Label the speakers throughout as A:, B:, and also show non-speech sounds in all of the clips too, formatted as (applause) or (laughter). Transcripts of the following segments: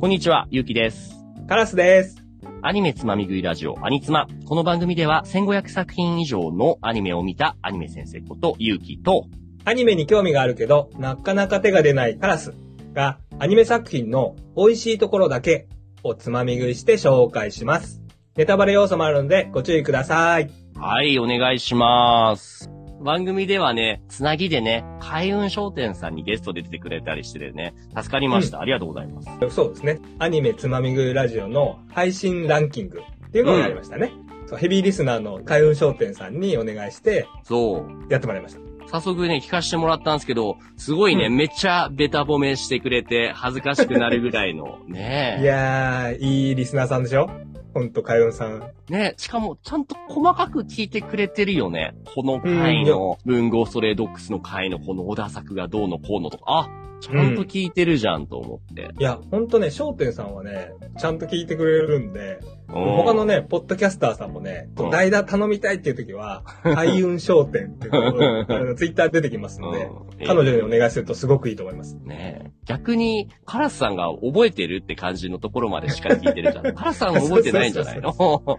A: こんにちは、ゆうきです。
B: カラスです。
A: アニメつまみ食いラジオ、アニツマ。この番組では1500作品以上のアニメを見たアニメ先生こと、ゆうきと、
B: アニメに興味があるけど、なかなか手が出ないカラスが、アニメ作品の美味しいところだけをつまみ食いして紹介します。ネタバレ要素もあるのでご注意ください。
A: はい、お願いします。番組ではね、つなぎでね、開運商店さんにゲストで出てくれたりしててね、助かりました。ありがとうございます。
B: そうですね。アニメつまみ食いラジオの配信ランキングっていうのをやりましたね。そうヘビーリスナーの開運商店さんにお願いして
A: そう。
B: やってもらいました。
A: 早速ね、聞かせてもらったんですけど、すごいね、
B: う
A: めっちゃベタ褒めしてくれて、恥ずかしくなるぐらいの、ね
B: いやー、いいリスナーさんでしょほんと開運さん。
A: ね、しかも、ちゃんと細かく聞いてくれてるよね。この回の、文豪ストレイドックスの回のこの小田作がどうのこうのとか、あ、ちゃんと聞いてるじゃんと思って。
B: いや、ほんとね、商店さんはね、ちゃんと聞いてくれるんで、
A: うん
B: 他のね、ポッドキャスターさんもね
A: うん、
B: 代打頼みたいっていう時 (laughs) は、開運商店っていうところあの、ツイッター出てきますので、
A: うん
B: 彼女にお願いするとすごくいいと思います。
A: ね逆に、カラスさんが覚えてるって感じのところまでしっかり聞いてるじゃ
B: (laughs)
A: ん。カラスさんは覚えてないんじゃないの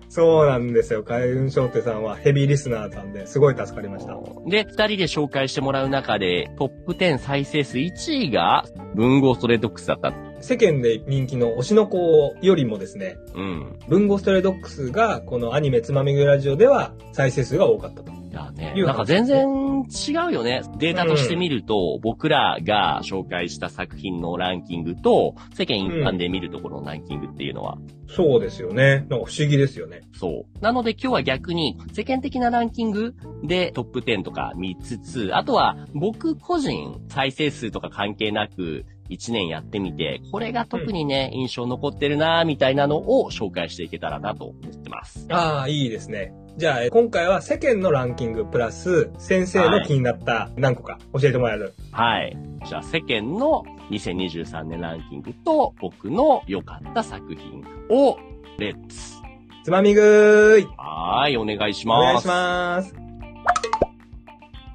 B: そうなんですよ。開運商店さんはヘビーリスナーさんですごい助かりました。
A: (laughs) で、二人で紹介してもらう中で、トップ10再生数1位が、文豪ストレイドックスだった。
B: 世間で人気の推しの子よりもですね、
A: うん。
B: 文豪ストレイドックスがこのアニメつまみ食いラジオでは再生数が多かったと。
A: いやね、
B: いう話
A: なんか全然違うよね。データとして見ると、僕らが紹介した作品のランキングと、世間一般で見るところのランキングっていうのは、
B: そうですよね。なんか不思議ですよね。
A: そう。なので今日は逆に、世間的なランキングでトップ10とか見つつ、あとは僕個人、再生数とか関係なく、1年やってみて、これが特にね、印象残ってるなぁみたいなのを紹介していけたらなと思ってます。
B: ああ、いいですね。じゃあ、え今回は世間のランキングプラス、先生の気になった何個か教えてもらえる。
A: はい。じゃあ世間の2023年ランキングと、僕の良かった作品を、レッツ。
B: つまみ食い
A: はーい、お願いし
B: お
A: ます。
B: 願いします。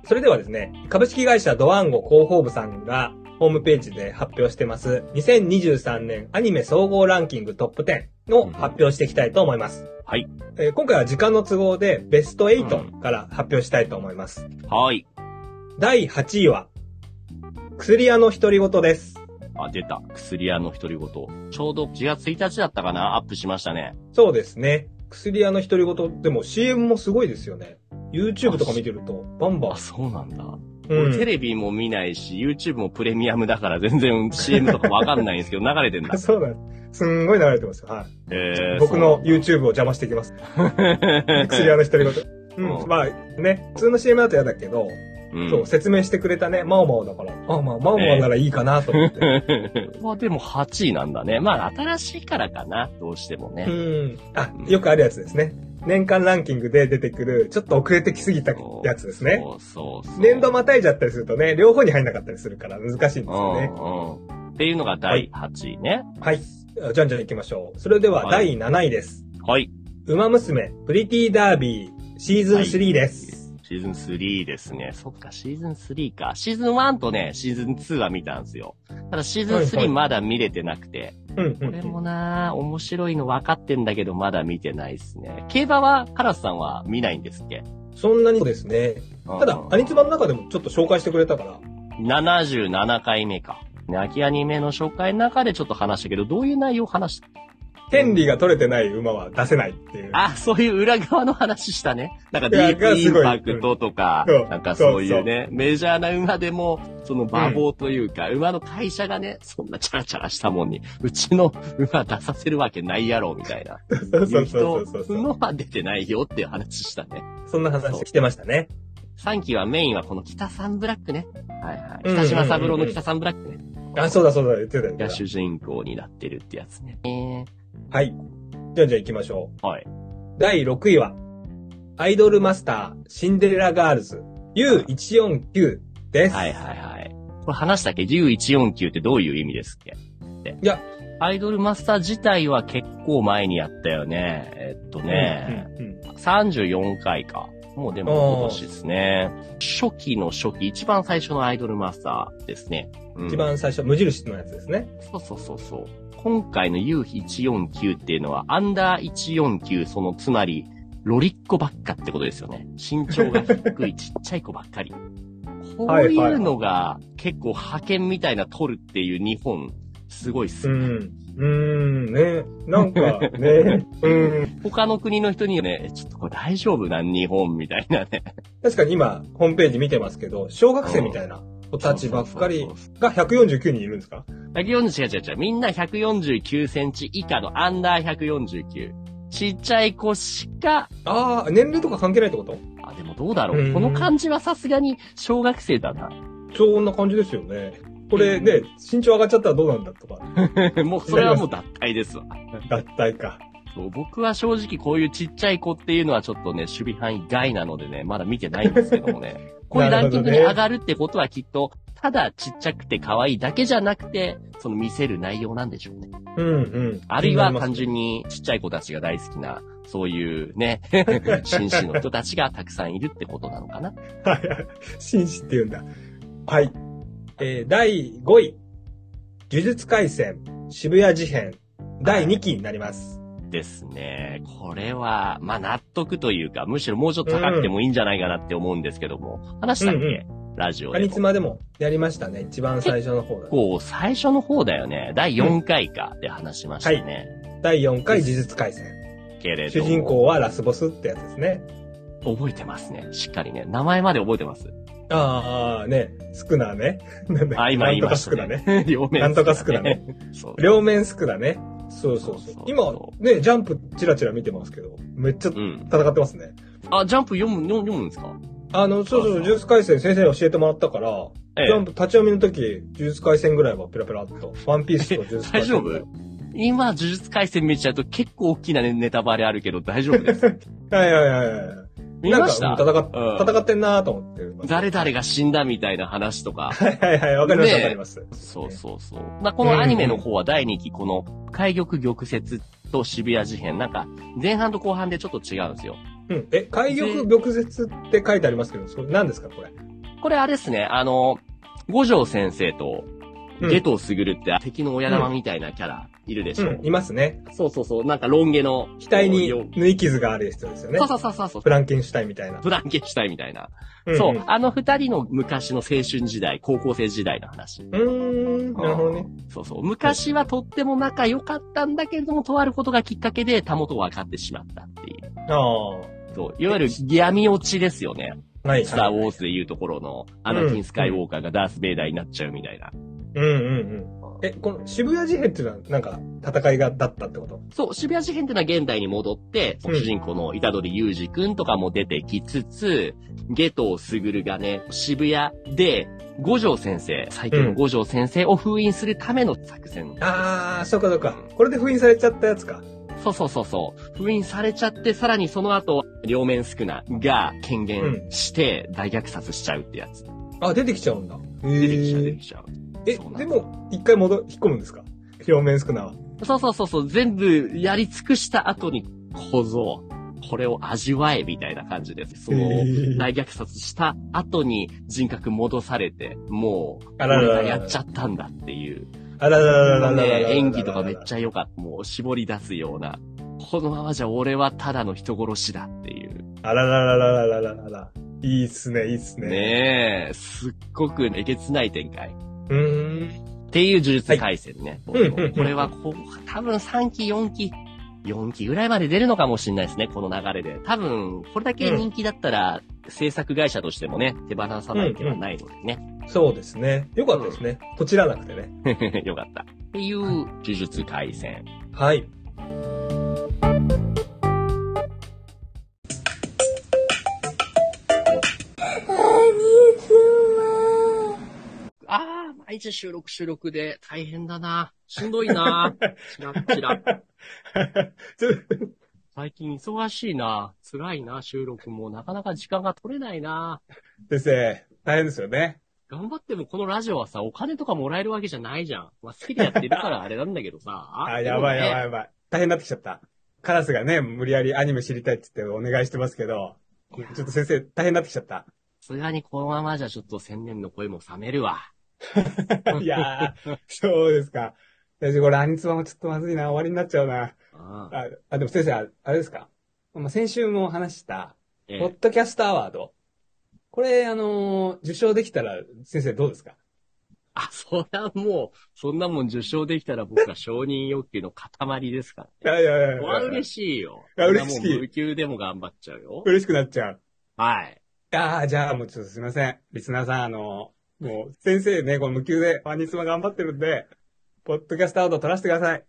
B: それではですね、株式会社ドワンゴ広報部さんが、ホームページで発表してます、2023年アニメ総合ランキングトップ10の発表していきたいと思います。
A: はい。
B: えー今回は時間の都合で、ベスト8から発表したいと思います。
A: はい。
B: 第8位は、薬屋の独り言です。
A: あ、出た。薬屋の独り言。ちょうど4月1日だったかなアップしましたね。
B: そうですね。薬屋の独り言、でも CM もすごいですよね。YouTube とか見てると、バンバン
A: あ、。そうなんだ。
B: うん。
A: 俺テレビも見ないし、YouTube もプレミアムだから全然 CM とかわかんないんですけど、流れてんだ
B: (laughs) そうなんです。すんごい流れてますよ。はい。
A: えー、
B: 僕の YouTube を邪魔してきます。薬屋の独り言。
A: う
B: うんん。まあ、ね、普通の CM だと嫌だけど、
A: (laughs) うん
B: そう、説明してくれたね、マオマオだから、あ、まあ、マオマオならいいかなと思って。
A: まあでも8位なんだね。まあ新しいからかな、どうしてもね。
B: うん。あ、よくあるやつですね。年間ランキングで出てくる、ちょっと遅れてきすぎた
A: そう
B: やつですね。
A: そうそうそう。
B: 年度またいじゃったりするとね、両方に入んなかったりするから難しいんですよね。
A: うんうん。っていうのが第8位ね。
B: はい。じゃんじゃん行きましょう。それでは
A: は
B: 第7位です。
A: はい。
B: ウマ娘、プリティダービー、シーズン3です。
A: シーズン3ですね。そっか、シーズン3か。シーズン1とね、シーズン2は見たんですよ。ただシーズン
B: はいは
A: 3
B: い
A: まだ見れてなくて。
B: うん、う
A: こ
B: ん
A: れ
B: うん。
A: もなぁ、面白いの分かってんだけど、まだ見てないっすね。競馬は、カラスさんは見ないんですっけ
B: そんなにそうですね。ただ、アニツバの中でもちょっと紹介してくれたから、
A: 77回目か。ね、秋アニメの紹介の中でちょっと話したけど、どういう内容を話した
B: 権利が取れてない馬は出せないっていう。
A: あ、そういう裏側の話したね。なんかディー
B: いや
A: プ
B: が
A: イ
B: す
A: ン
B: ごい
A: パクトとか
B: う、ん
A: なんかそういうね、メジャーな馬でも、その馬房というか、馬の会社がね、そんなチャラチャラしたもんに、うちの馬出させるわけないやろ、みたいな。
B: そうそうそうそうそう。
A: のは出てないよっていう話したね。
B: そんな話してましたね。
A: 3期はメインはこの北サンブラックね。はいはい。
B: うんうんうんう
A: 北
B: ん
A: 島三郎の北サンブラックね。
B: あ、そうだそうだ、言ってた言って
A: が
B: た
A: 主人公になってるってやつね。え
B: はい。じゃあじゃあ行きましょう。
A: ー、はい。
B: 第6位は、アイドルマスター、シンデレラガールズ、U149 です。
A: はいはいはい。これ話したっけ ?1149 ってどういう意味ですっけ
B: いや、
A: アイドルマスター自体は結構前にやったよね。えっとね、
B: うんうんうん
A: 34回か。もうでも今年ですね。初期の初期、一番最初のアイドルマスターですね。うん
B: 一番最初、無印のやつですね。
A: そうそうそうそう。今回の U149 っていうのは、アンダー149、そのつまり、ロリッコばっかってことですよね。身長が低いちっちゃい子ばっかり。こういうのが結構派遣みたいな取るっていう日本、すごいっす
B: う
A: ね。
B: ん。うーん、ね。な
A: (laughs)
B: んか、ね。うん。
A: 他の国の人にね、ちょっとこれ大丈夫な日本みたいなね。
B: 確かに今、ホームページ見てますけど、小学生みたいな子たちばっかりが149人いるんですか
A: 140、違う違う違う。みんな149センチ以下のアンダー149。ちっちゃい子しか、
B: ああ、年齢とか関係ないってこと
A: あ、でもどうだろ
B: う
A: う。
B: ん
A: この感じはさすがに小学生だな。 (laughs)
B: そんな感じですよね。これね、身長上がっちゃったらどうなんだとか、
A: もう、それはもう脱退ですわ。
B: 脱退か。
A: そう僕は正直こういうちっちゃい子っていうのはちょっとね、守備範囲外なのでね、まだ見てないんですけどもね。こういうランキングに上がるってことはきっと、ただちっちゃくて可愛いだけじゃなくて、その見せる内容なんでしょうね。
B: うんうん。
A: あるいは
B: 気にな
A: 単
B: ります
A: 純にちっちゃい子たちが大好きな、そういうね、紳士の人たちがたくさんいるってことなのかな。
B: はいはい。紳士って言うんだ。はい。えー、第5位。呪術廻戦、渋谷事変、第2期になります。
A: ですね。これは、まあ納得というか、むしろもうちょっと高くてもいいんじゃないかなって思うんですけども、話したっけ、
B: うんう
A: ラジオ
B: ア
A: で
B: ニ
A: も。
B: ツマでもやりましたね。一番最初の方だ。
A: こう、最初の方だよね。第4回かで話しましたね。
B: 第4回呪術廻戦。
A: けれど
B: 主
A: も。
B: 人公はラスボスってやつですね。
A: 覚えてますね。しっかりね。名前まで覚えてます。
B: あーあー、ね、スクナーね。なんだっ
A: あ、
B: け
A: 今言いま
B: なんとか
A: し
B: スク
A: た
B: ナーね。
A: ね。 (laughs) 両面
B: なんとか
A: 好
B: ス
A: き
B: クナ
A: だ
B: ーね。。
A: そう。
B: 両面スクだね。そうそう
A: そう
B: そ
A: そうう。
B: 今、ね、ジャンプチラチラ見てますけど、めっちゃ
A: うん。
B: 戦ってますね。
A: あ、ジャンプ読む、読む読むんですか
B: あの、
A: そ
B: そうそう、
A: うそう
B: 呪術廻戦先生に教えてもらったから、
A: え
B: ジャンプ立ち読みの時、呪術廻戦ぐらいはペラペラっと。ワンピースと呪術廻
A: 大
B: 戦。
A: 丈夫今、呪術廻戦見ちゃうと結構大きなねネタバレあるけど大丈夫
B: (laughs)
A: です。
B: はいはいはいはい。
A: 見まし
B: な
A: た
B: んか、うん戦
A: うん
B: っ、戦ってんなーと思って。
A: 誰々が死んだみたいな話と
B: (laughs)
A: か。
B: はいはいはい、わかります
A: ね
B: わ
A: え
B: かります。
A: そうそうそう。まあ、このアニメの方は第2期、この、海玉玉折と渋谷事変、なんか、前半と後半でちょっと違うんですよ。
B: うん。え、海玉玉折って書いてありますけど、それ何ですかこれ。
A: これあれですね、あの、五条先生と、
B: うん
A: ゲトウスグルって敵の親玉みたいなキャラいるでしょ、
B: うん、いますね。
A: そうそうそう、なんかロン毛の。
B: 額に
A: こうよ
B: 縫い傷がある人ですよね
A: そ。うそうそうそうそう。
B: フランケンシュタインみたいな。
A: ブランケンシュタインみたいな。
B: んん
A: そう、あの二人の昔の青春時代、高校生時代の話。
B: うーん、なるほどね。
A: そうそう。昔はとっても仲良かったんだけれども、とあることがきっかけで、たもとを分かってしまったっていう。
B: あ
A: そう。いわゆる闇落ちですよね。
B: あ。ない
A: スター・ウォーズで言うところの、アナキン・スカイ・ウォーカーがダース・ベイダーになっちゃうみたいな。
B: うんうんうん。え、この渋谷事変っていうのは、なんか、戦いが、だったってこと
A: そう、渋谷事変ってのは現代に戻って、
B: うん
A: 主人公の虎杖裕二くんとかも出てきつつ、ゲトウ・スグルがね、渋谷で、五条先生、最強の五条先生を封印するための作戦。
B: あー、そうかそうか。これで封印されちゃったやつか。
A: そうそうそうそう。封印されちゃって、さらにその後、両面スクナが権限して大虐殺しちゃうってやつ。
B: あ、出てきちゃうんだ。
A: 出てきちゃう、
B: へ
A: 出
B: ー
A: てきちゃう。
B: え、
A: そうなんだ
B: でも、一回戻、引っ込むんですか表面少なは。
A: そうそうそうそう、全部やり尽くした後に、小僧、これを味わえ、みたいな感じです。その、
B: い。
A: 大虐殺した後に人格戻されて、もう、
B: あらららら
A: 俺がやっちゃったんだっていう。
B: あららららららららら。
A: ね、演技とかめっち
B: ゃ。
A: ゃ良かった。もう絞り出すような。このままじゃ俺はただの人殺しだっていう。
B: あららららららららら。いいっすね、いいっすね。
A: ねえ、すっごくえげつない展開。
B: うーん。
A: っていう呪術回戦ね。
B: いうんうんうん
A: これはこう、多分3期、4期、4期ぐらいまで出るのかもしれないですね、この流れで。多分、これだけ人気だったら、制作会社としてもね、手放さない手はないのでね。 (laughs)
B: そうですね。よかったですね。とちらなくてね。
A: よかった。っていう呪術回戦。
B: はい。
A: あー、毎日収録収録で大変だな。しんどい
B: (laughs)
A: な。ちらっちら。
B: (laughs) ちょ
A: 最近忙しいな。辛いな、収録も。なかなか時間が取れないな。
B: 先生、大変ですよね。
A: 頑張ってもこのラジオはさ、お金とかもらえるわけじゃないじゃん。まあ、好きでやってるからあれなんだけどさ。
B: (laughs) あ、やばいやばい
A: い。
B: やばい。大変になってきちゃった。カラスがね、無理やりアニメ知りたいって言ってお願いしてますけど、
A: (laughs)
B: ちょっと先生、大変になってきちゃった。
A: さすがにこのままじゃちょっと千年の声も冷めるわ。
B: いや (laughs) ー、そうですか。大丈夫、これ、アニツバもちょっとまずいな、終わりになっちゃうな。
A: ああ
B: あ、あでも先生、ああれですか。まあ、先週も話した、
A: え
B: ポッ
A: え、
B: ドキャストアワード。これ、あのー受賞できたら、先生どうですか
A: あ、そりゃもう、そんなもん受賞できたら僕は承認欲求の塊ですから。
B: いやいやい (laughs)
A: これは嬉
B: しい。
A: しいよ。
B: いや嬉しい
A: こんなもん無給でも頑張っちゃうよ。
B: 嬉しくなっちゃう。
A: はい。
B: ああ、じゃあもうちょっとすいません。リスナーさん、あのーもう、先生ね、この無給で、アニツバ頑張ってるんで、ポッドキャストアワード取らせてください。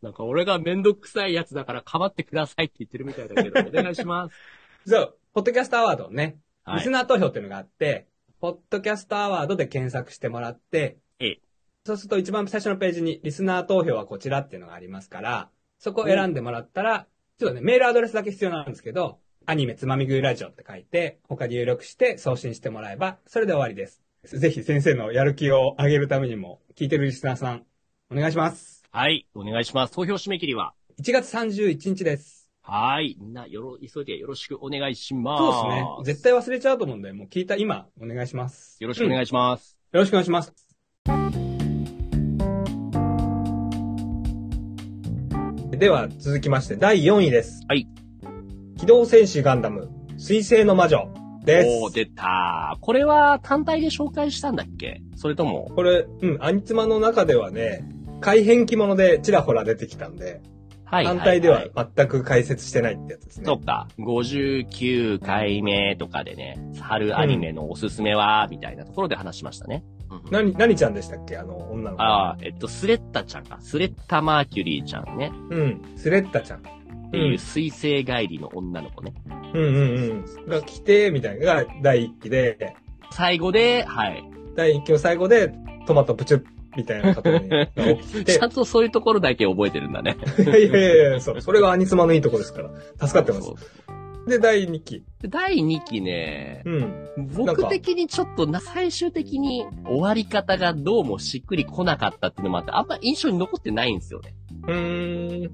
A: なんか俺がめんどくさいやつだからかまってくださいって言ってるみたいだけど、お願いします。
B: (laughs) じゃあ、ポッドキャストアワードをね、
A: は
B: リス
A: い。
B: ナー投票っていうのがあって、ポッドキャストアワードで検索してもらって
A: ええ、
B: そうすると一番最初のページにリスナー投票はこちらっていうのがありますから、そこを選んでもらったら、ちょっとね、メールアドレスだけ必要なんですけど、アニメつまみ食いラジオって書いて、他に入力して送信してもらえば、それで終わりです。ぜひ先生のやる気を上げるためにも、聞いてるリスナーさん、お願いします。
A: はい。お願いします。投票締め切りは
B: 1月31日です。
A: はい。みんな、よろ、急いでよろしくお願いします。
B: そうですね。絶対忘れちゃうと思うんで、もう聞いた今、お願いします。
A: よろしくお願いします。
B: よろしくお願いします。では、続きまして、第4位です。
A: はい。
B: 機動戦士ガンダム、水星の魔女です。
A: おー、出たこれは単体で紹介したんだっけそれとも、
B: これ、うん、アニツマの中ではね、改変着物でちらほら出てきたんで、
A: は
B: 反対では全く解説してないってやつですね。
A: そうか、59回目とかでね、春アニメのおすすめは、みたいなところで話しましたね。うん
B: 何、何ちゃんでしたっけあの、女の子。
A: ああ、えっと、スレッタちゃんか。スレッタ・マーキュリーちゃんね。
B: うん。スレッタちゃん。
A: っていう、水星帰りの女の子ね。
B: うんうんうん。が来て、みたいなのが第1期で、
A: 最後で、はい。
B: 第1期の最後で、トマトプチュッみたいなことに起
A: (laughs)
B: きて
A: ちゃ、んとそういうところだけ覚えてるんだね。
B: いやいやいやいや、そう、それがアニスマのいいとこですから、助かってます
A: そ。うそう
B: で、第2期。
A: で第2期ね、
B: うん。なんか
A: 僕的にちょっとな、最終的に終わり方がどうもしっくり来なかったっていうのもあって、あんま印象に残ってないんですよね。
B: うーん。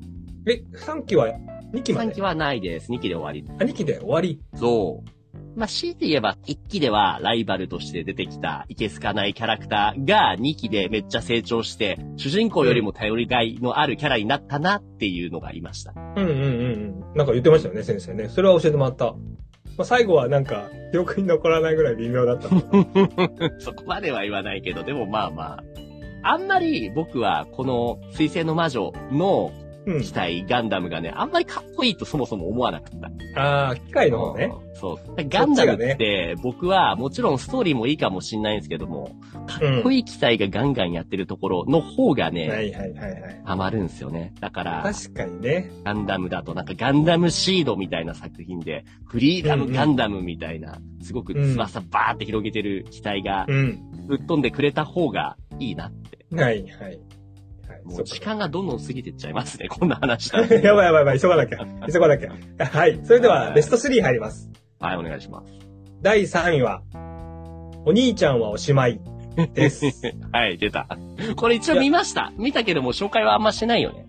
B: え、3期は、2期ま
A: 3
B: で
A: 期はないです。2期で終わり。
B: あ、2期で終わり。
A: そう。まあ、強いて言えば、1期ではライバルとして出てきた、いけすかないキャラクターが、2期でめっちゃ成長して、主人公よりも頼りがいのあるキャラになったなっていうのがいました。 (laughs)
B: うんうんうんうん。なんか言ってましたよね、先生ね。それは教えてもらった。まあ、最後はなんか、記憶に残らないぐらい微妙だった。
A: そこまでは言わないけど、でもまあまあ。あんまり僕はこの水星の魔女の
B: うん。
A: 機体ガンダムがね、あんまりかっこいいとそもそも思わなかった。
B: ああ、機械の方ね。
A: そう。ガンダムっ
B: そっちが
A: て、僕はもちろんストーリーもいいかもしんないんですけども、かっこいい機体がガンガンやってるところの方が
B: は
A: ね、
B: いはいはいはい。
A: ハマるんですよね。だから、
B: 確かにね。
A: ガンダムだとなんかガンダムシードみたいな作品で、フリーダムガンダムみたいな、すごく翼バーって広げてる機体が
B: うん。
A: ぶっ飛んでくれた方がいいなって。
B: はいはい。はい、
A: も
B: そうっか
A: 時間がどんどん過ぎてっちゃいますね、こんな話したら
B: (laughs) やばいやばいやばい、急がなきゃ。急がなきゃ。はい。それでは、ベスト3入ります。
A: はい、お願いします。
B: 第3位は、お兄ちゃんはおしまい (laughs) です。
A: (laughs) はい、出た。これ一応見ました。見たけども紹介はあんましないよね。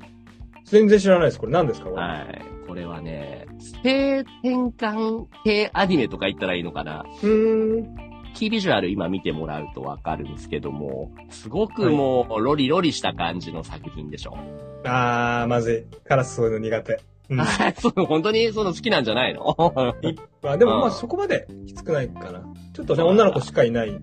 B: 全然知らないです。これ何ですかこれ。
A: はい。これはね、性転換系アニメとか言ったらいいのかな。
B: うーん。
A: キービジュアル今見てもらうとわかるんですけども、すごくもう、ロリロリした感じの作品でしょ。
B: あー、まずい。カラスそういうの苦手。うん。
A: はい。 (laughs) その本当にその好きなんじゃないの
B: まあで
A: う
B: も
A: ん
B: まあそこまできつくないかな。ちょっとね、
A: そう
B: 女の子しかいない。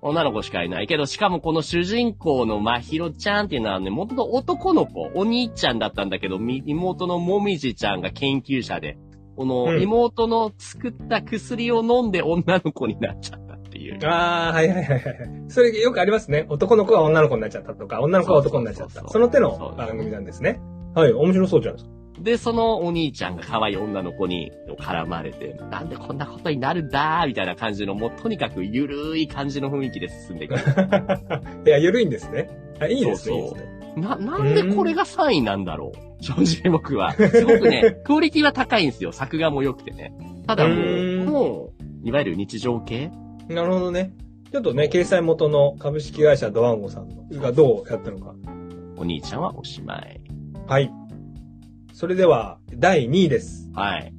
A: 女の子しかいないけど、しかもこの主人公のまひろちゃんっていうのはね、元々男の子、お兄ちゃんだったんだけど、み妹のもみじちゃんが研究者で、こ
B: う
A: の
B: ん
A: 妹の作った薬を飲んで女の子になっちゃったっていう。
B: あー、はいはいはいはい。それよくありますね。男の子が女の子になっちゃったとか、女の子が男になっちゃっ
A: そう
B: た。
A: そうそう
B: そ
A: そ
B: の
A: う
B: 手
A: そうですね
B: の番組なんですね。はい、面白そうじゃないですか。
A: で、そのお兄ちゃんが可愛い女の子に絡まれて、なんでこんなことになるんだーみたいな感じの、もうとにかくゆるい感じの雰囲気で進んでいく。
B: (laughs) いや、緩いんですね。あいいです
A: そう
B: ね。いい
A: そう
B: ですね
A: な、なんでこれが3位なんだろう正直僕は。すごく (laughs) ね、クオリティは高いんですよ。作画も良くてね。ただも
B: う
A: う、
B: ーん
A: もう、いわゆる日常系
B: なるほどね。ちょっとね、掲載元の株式会社ドワンゴさんのがどうやったのか。
A: お兄ちゃんはおしまい。
B: はい。それでは、第2位です。
A: はい。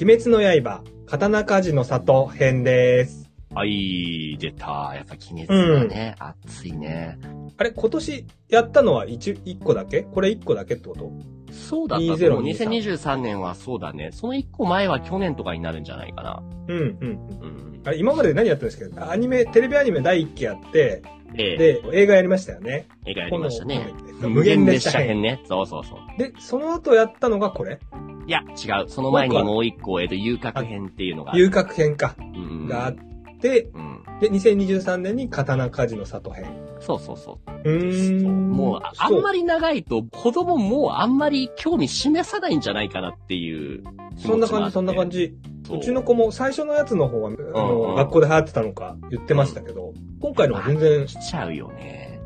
B: 鬼滅の刃、刀鍛冶の里編です。
A: はい、出た。やっぱ鬼滅がね、熱いね。
B: あれ、今年やったのは 1, 1個だけこれ1個だけってこと
A: そうだったと思う。
B: 2023
A: 2023年はそうだね。その1個前は去年とかになるんじゃないかな。
B: うんうんうん。
A: うん。
B: あれ、今まで何やったんですけど、アニメ、テレビアニメ第1期やって、
A: で、
B: で、映画やりましたよね。
A: 映画やりましたね。
B: この
A: 無限列車編ね。そうそうそう。
B: で、その後やったのがこれ
A: いや、違う。その前にもう一個、えっと、遊郭編っていうのがある。
B: 遊郭編か。
A: うん
B: があって、
A: うん。
B: で、2023年に刀鍛冶の里編。
A: そうそうそう。
B: うーん。
A: もう、ああんま
B: り
A: り長いと、子供もうあんまり興味示さないんじゃないかなっていう気
B: そん
A: 持
B: な
A: ちも
B: 感
A: あって。
B: じ、そんな感じ。
A: そう
B: ちの子も最初のやつの方は、あ
A: うん
B: の、学校で流行ってたのか言ってましたけど、今回のは全然、
A: 来ちゃうよね。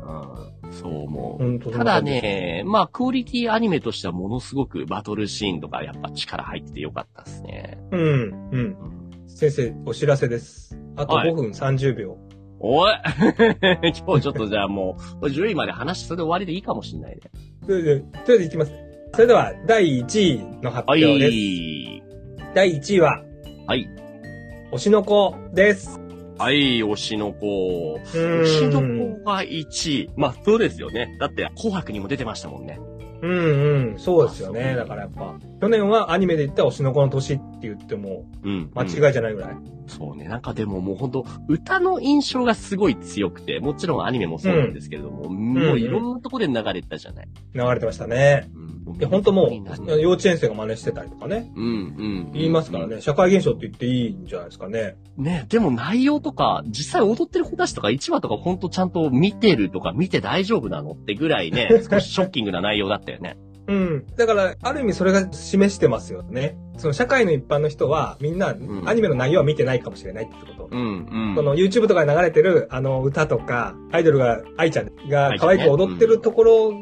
A: うん。そう思う。
B: 本当
A: ただ、ね、まあ、クオリティアニメとしてはものすごくバトルシーンとかやっぱ力入っててよかったですね。
B: そんな感じうん、うん。
A: うん
B: 先生、お知らせです。あと
A: はい
B: 5分30秒。
A: おい (laughs) 今日ちょっとじゃあもう、10位まで話してそれで終わりでいいかもしんないね。
B: とりあえず、とりあえずいきます。それでは、第1位の発
A: は
B: 表です。
A: い。
B: 第1位は、
A: はい。
B: 推しの子です。
A: はい、推しの子。
B: う
A: 推しの
B: ん。
A: 子が1位。まあ、そうですよね。だって、紅白にも出てましたもんね。
B: うんうん。そうですよ
A: あ
B: ね。
A: そう
B: だからやっぱ、去年はアニメで言ったら推しの子の年って言っても、
A: うん。
B: 間
A: い。
B: 違いじゃないぐらい。
A: そうね。なんかでももう本当歌の印象がすごい強くて、もちろんアニメもそうなんですけれども、もういろんなとこで流れてたじゃない。
B: 流れてましたね。
A: うん。
B: いや、本当もう、
A: う
B: 幼稚園生が真似してたりとかね。
A: ん、うん。
B: 言いますからね。社会現象って言っていいんじゃないですかね。
A: ね、でも内容とか、実際踊ってる子たちとか1話とかほんとちゃんと見てるとか見て大丈夫なのってぐらい
B: (laughs)
A: ね、少しショッキングな内容だったよね。
B: うん。だから、ある意味それが示してますよね。その社会の一般の人は、みんな、
A: ん
B: アニメの内容は見てないかもしれないってこと。
A: うん、うん。
B: その YouTube とかで流れてるあの歌とか、アイドルが、愛ちゃんが可愛く踊ってるところ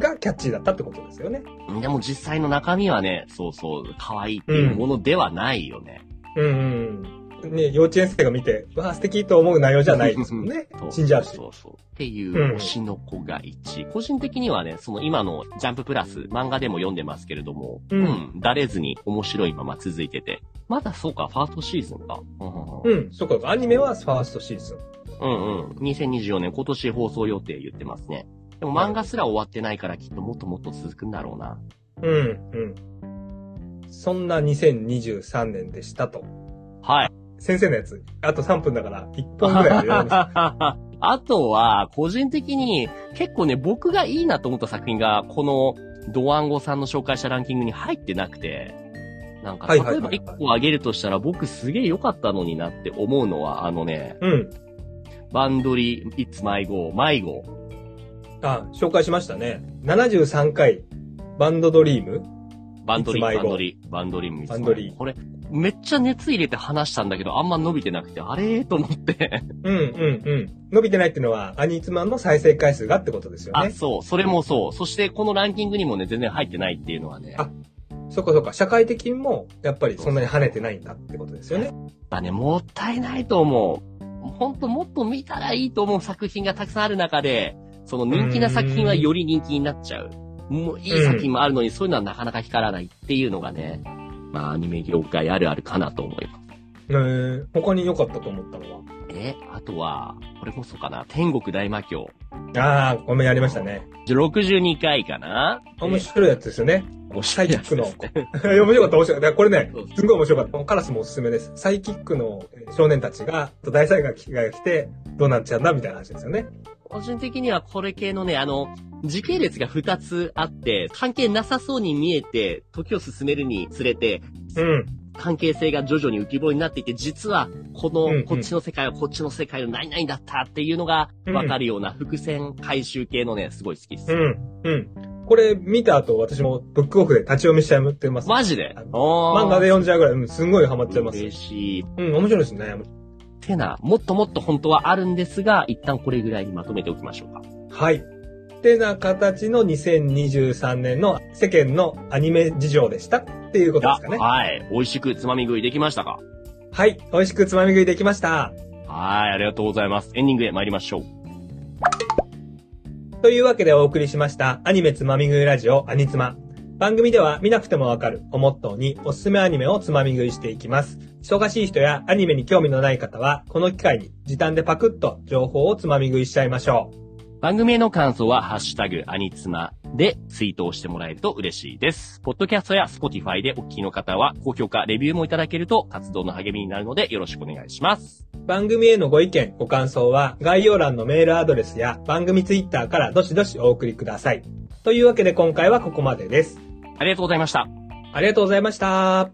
B: がキャッチーだったってことですよね。
A: でも実際の中身はね、そうそう、可愛いっていうものではないよね。
B: うんうん。ね、幼稚園生が見て、わあ、素敵と思う内容じゃないですもんね
A: (laughs) そ。
B: 死んじゃうし。
A: そうそう。っていう推しの子が1。個人的にはね、その今のジャンププラス、漫画でも読んでますけれども、
B: うん
A: だれずに面白いまま続いてて。まだそうか、ファーストシーズンか。うん
B: うん、そっか、アニメはファーストシーズン。
A: うんうん。2024年今年放送予定言ってますね。でも漫画すら終わってないからきっともっともっと続くんだろうな。
B: うん、うん。そんな2023年でしたと。
A: はい。
B: 先生のやつ、あと3分だから1本ぐらいで (laughs) やりま
A: (laughs) あとは、個人的に結構ね、僕がいいなと思った作品が、このドワンゴさんの紹介したランキングに入ってなくて、なんか、
B: はい
A: 例え
B: はいはい
A: ば1個あげるとしたら、僕すげえ良かったのになって思うのは、あのね、
B: す。うん。
A: バンドリー、It's My Go, My Go。
B: あ、紹介しましたね。73回、バンドドリーム。
A: バンドリ
B: It's My
A: ー、バ
B: Go
A: ンドリー、バンドリー、It's My Go
B: バンドリー
A: これ、めっちゃ熱入れて話したんだけど、あんま伸びてなくて、あれーと思って。
B: うんうんうん。伸びてないっていうのは、アニツマンの再生回数がってことですよ
A: あ、
B: ね。
A: そう、それもそう。そして、このランキングにもね、全然入ってないっていうのはね。
B: あそっかそっか。社会的にも、やっぱりそんなに跳ねてないんだってことですよね。
A: やっぱね、もったいないと思う。ほんともっと見たらいいと思う作品がたくさんある中で、その人気な作品はより人気になっちゃう。もういい作品もあるのに、そういうのはなかなか光らないっていうのがね、まあアニメ業界あるあるかなと思います。
B: うーん。他に良かったと思ったのは。
A: え、あとは、これこそかな、天国大魔教。
B: あー、ごめん、やりましたね。
A: 62回かな
B: 面白いやつですよね。
A: い。面白いやつですね。
B: (laughs) 面白かった、面白かった。これね
A: そう、
B: すんごい面白かった。カラスもおすすめです。サイキックの少年たちが、大災害が来て、どうなっちゃうんだみたいな話ですよね。
A: 個人的にはこれ系のね、あの、時系列が2つあって、関係なさそうに見えて、時を進めるにつれて、
B: うん。
A: 関係性が徐々に浮き彫りになっていて、実は、この、
B: うんうん
A: こっちの世界はこっちの世界の何々だったっていうのが、
B: うん
A: わかるような伏線回収系のね、すごい好きです。
B: うん。うん。これ見た後、私もブックオフで立ち読みしちゃってます。
A: マジで
B: あ漫
A: 漫
B: 画で読んじゃうぐらい、うん、すんごいハマっちゃいます。
A: 嬉しい。
B: うん、面白いですね。
A: てな、もっともっと本当はあるんですが、一旦これぐらいにまとめておきましょうか。
B: はい。ってな形の2023年の世間のアニメ事情でしたっていうことですかね。
A: はい。美味しくつまみ食いできましたか
B: はい。美味しくつまみ食いできました。
A: はい。ありがとうございます。エンディングへ参りましょう。
B: というわけでお送りしましたアニメつまみ食いラジオアニツマ。番組では見なくてもわかるをモットーにおすすめアニメをつまみ食いしていきます。忙しい人やアニメに興味のない方は、この機会に時短でパクッと情報をつまみ食いしちゃいましょう。
A: 番組への感想は、ハッシュタグ、アニツマでツイートをしてもらえると嬉しいです。ポッドキャストや Spotify でお聞きの方は、高評価、レビューもいただけると活動の励みになるので、よろしくお願いします。
B: 番組へのご意見、ご感想は概要欄のメールアドレスや番組ツイッターからどしどしお送りください。というわけで今回はここまでです。
A: ありがとうございました。
B: ありがとうございました。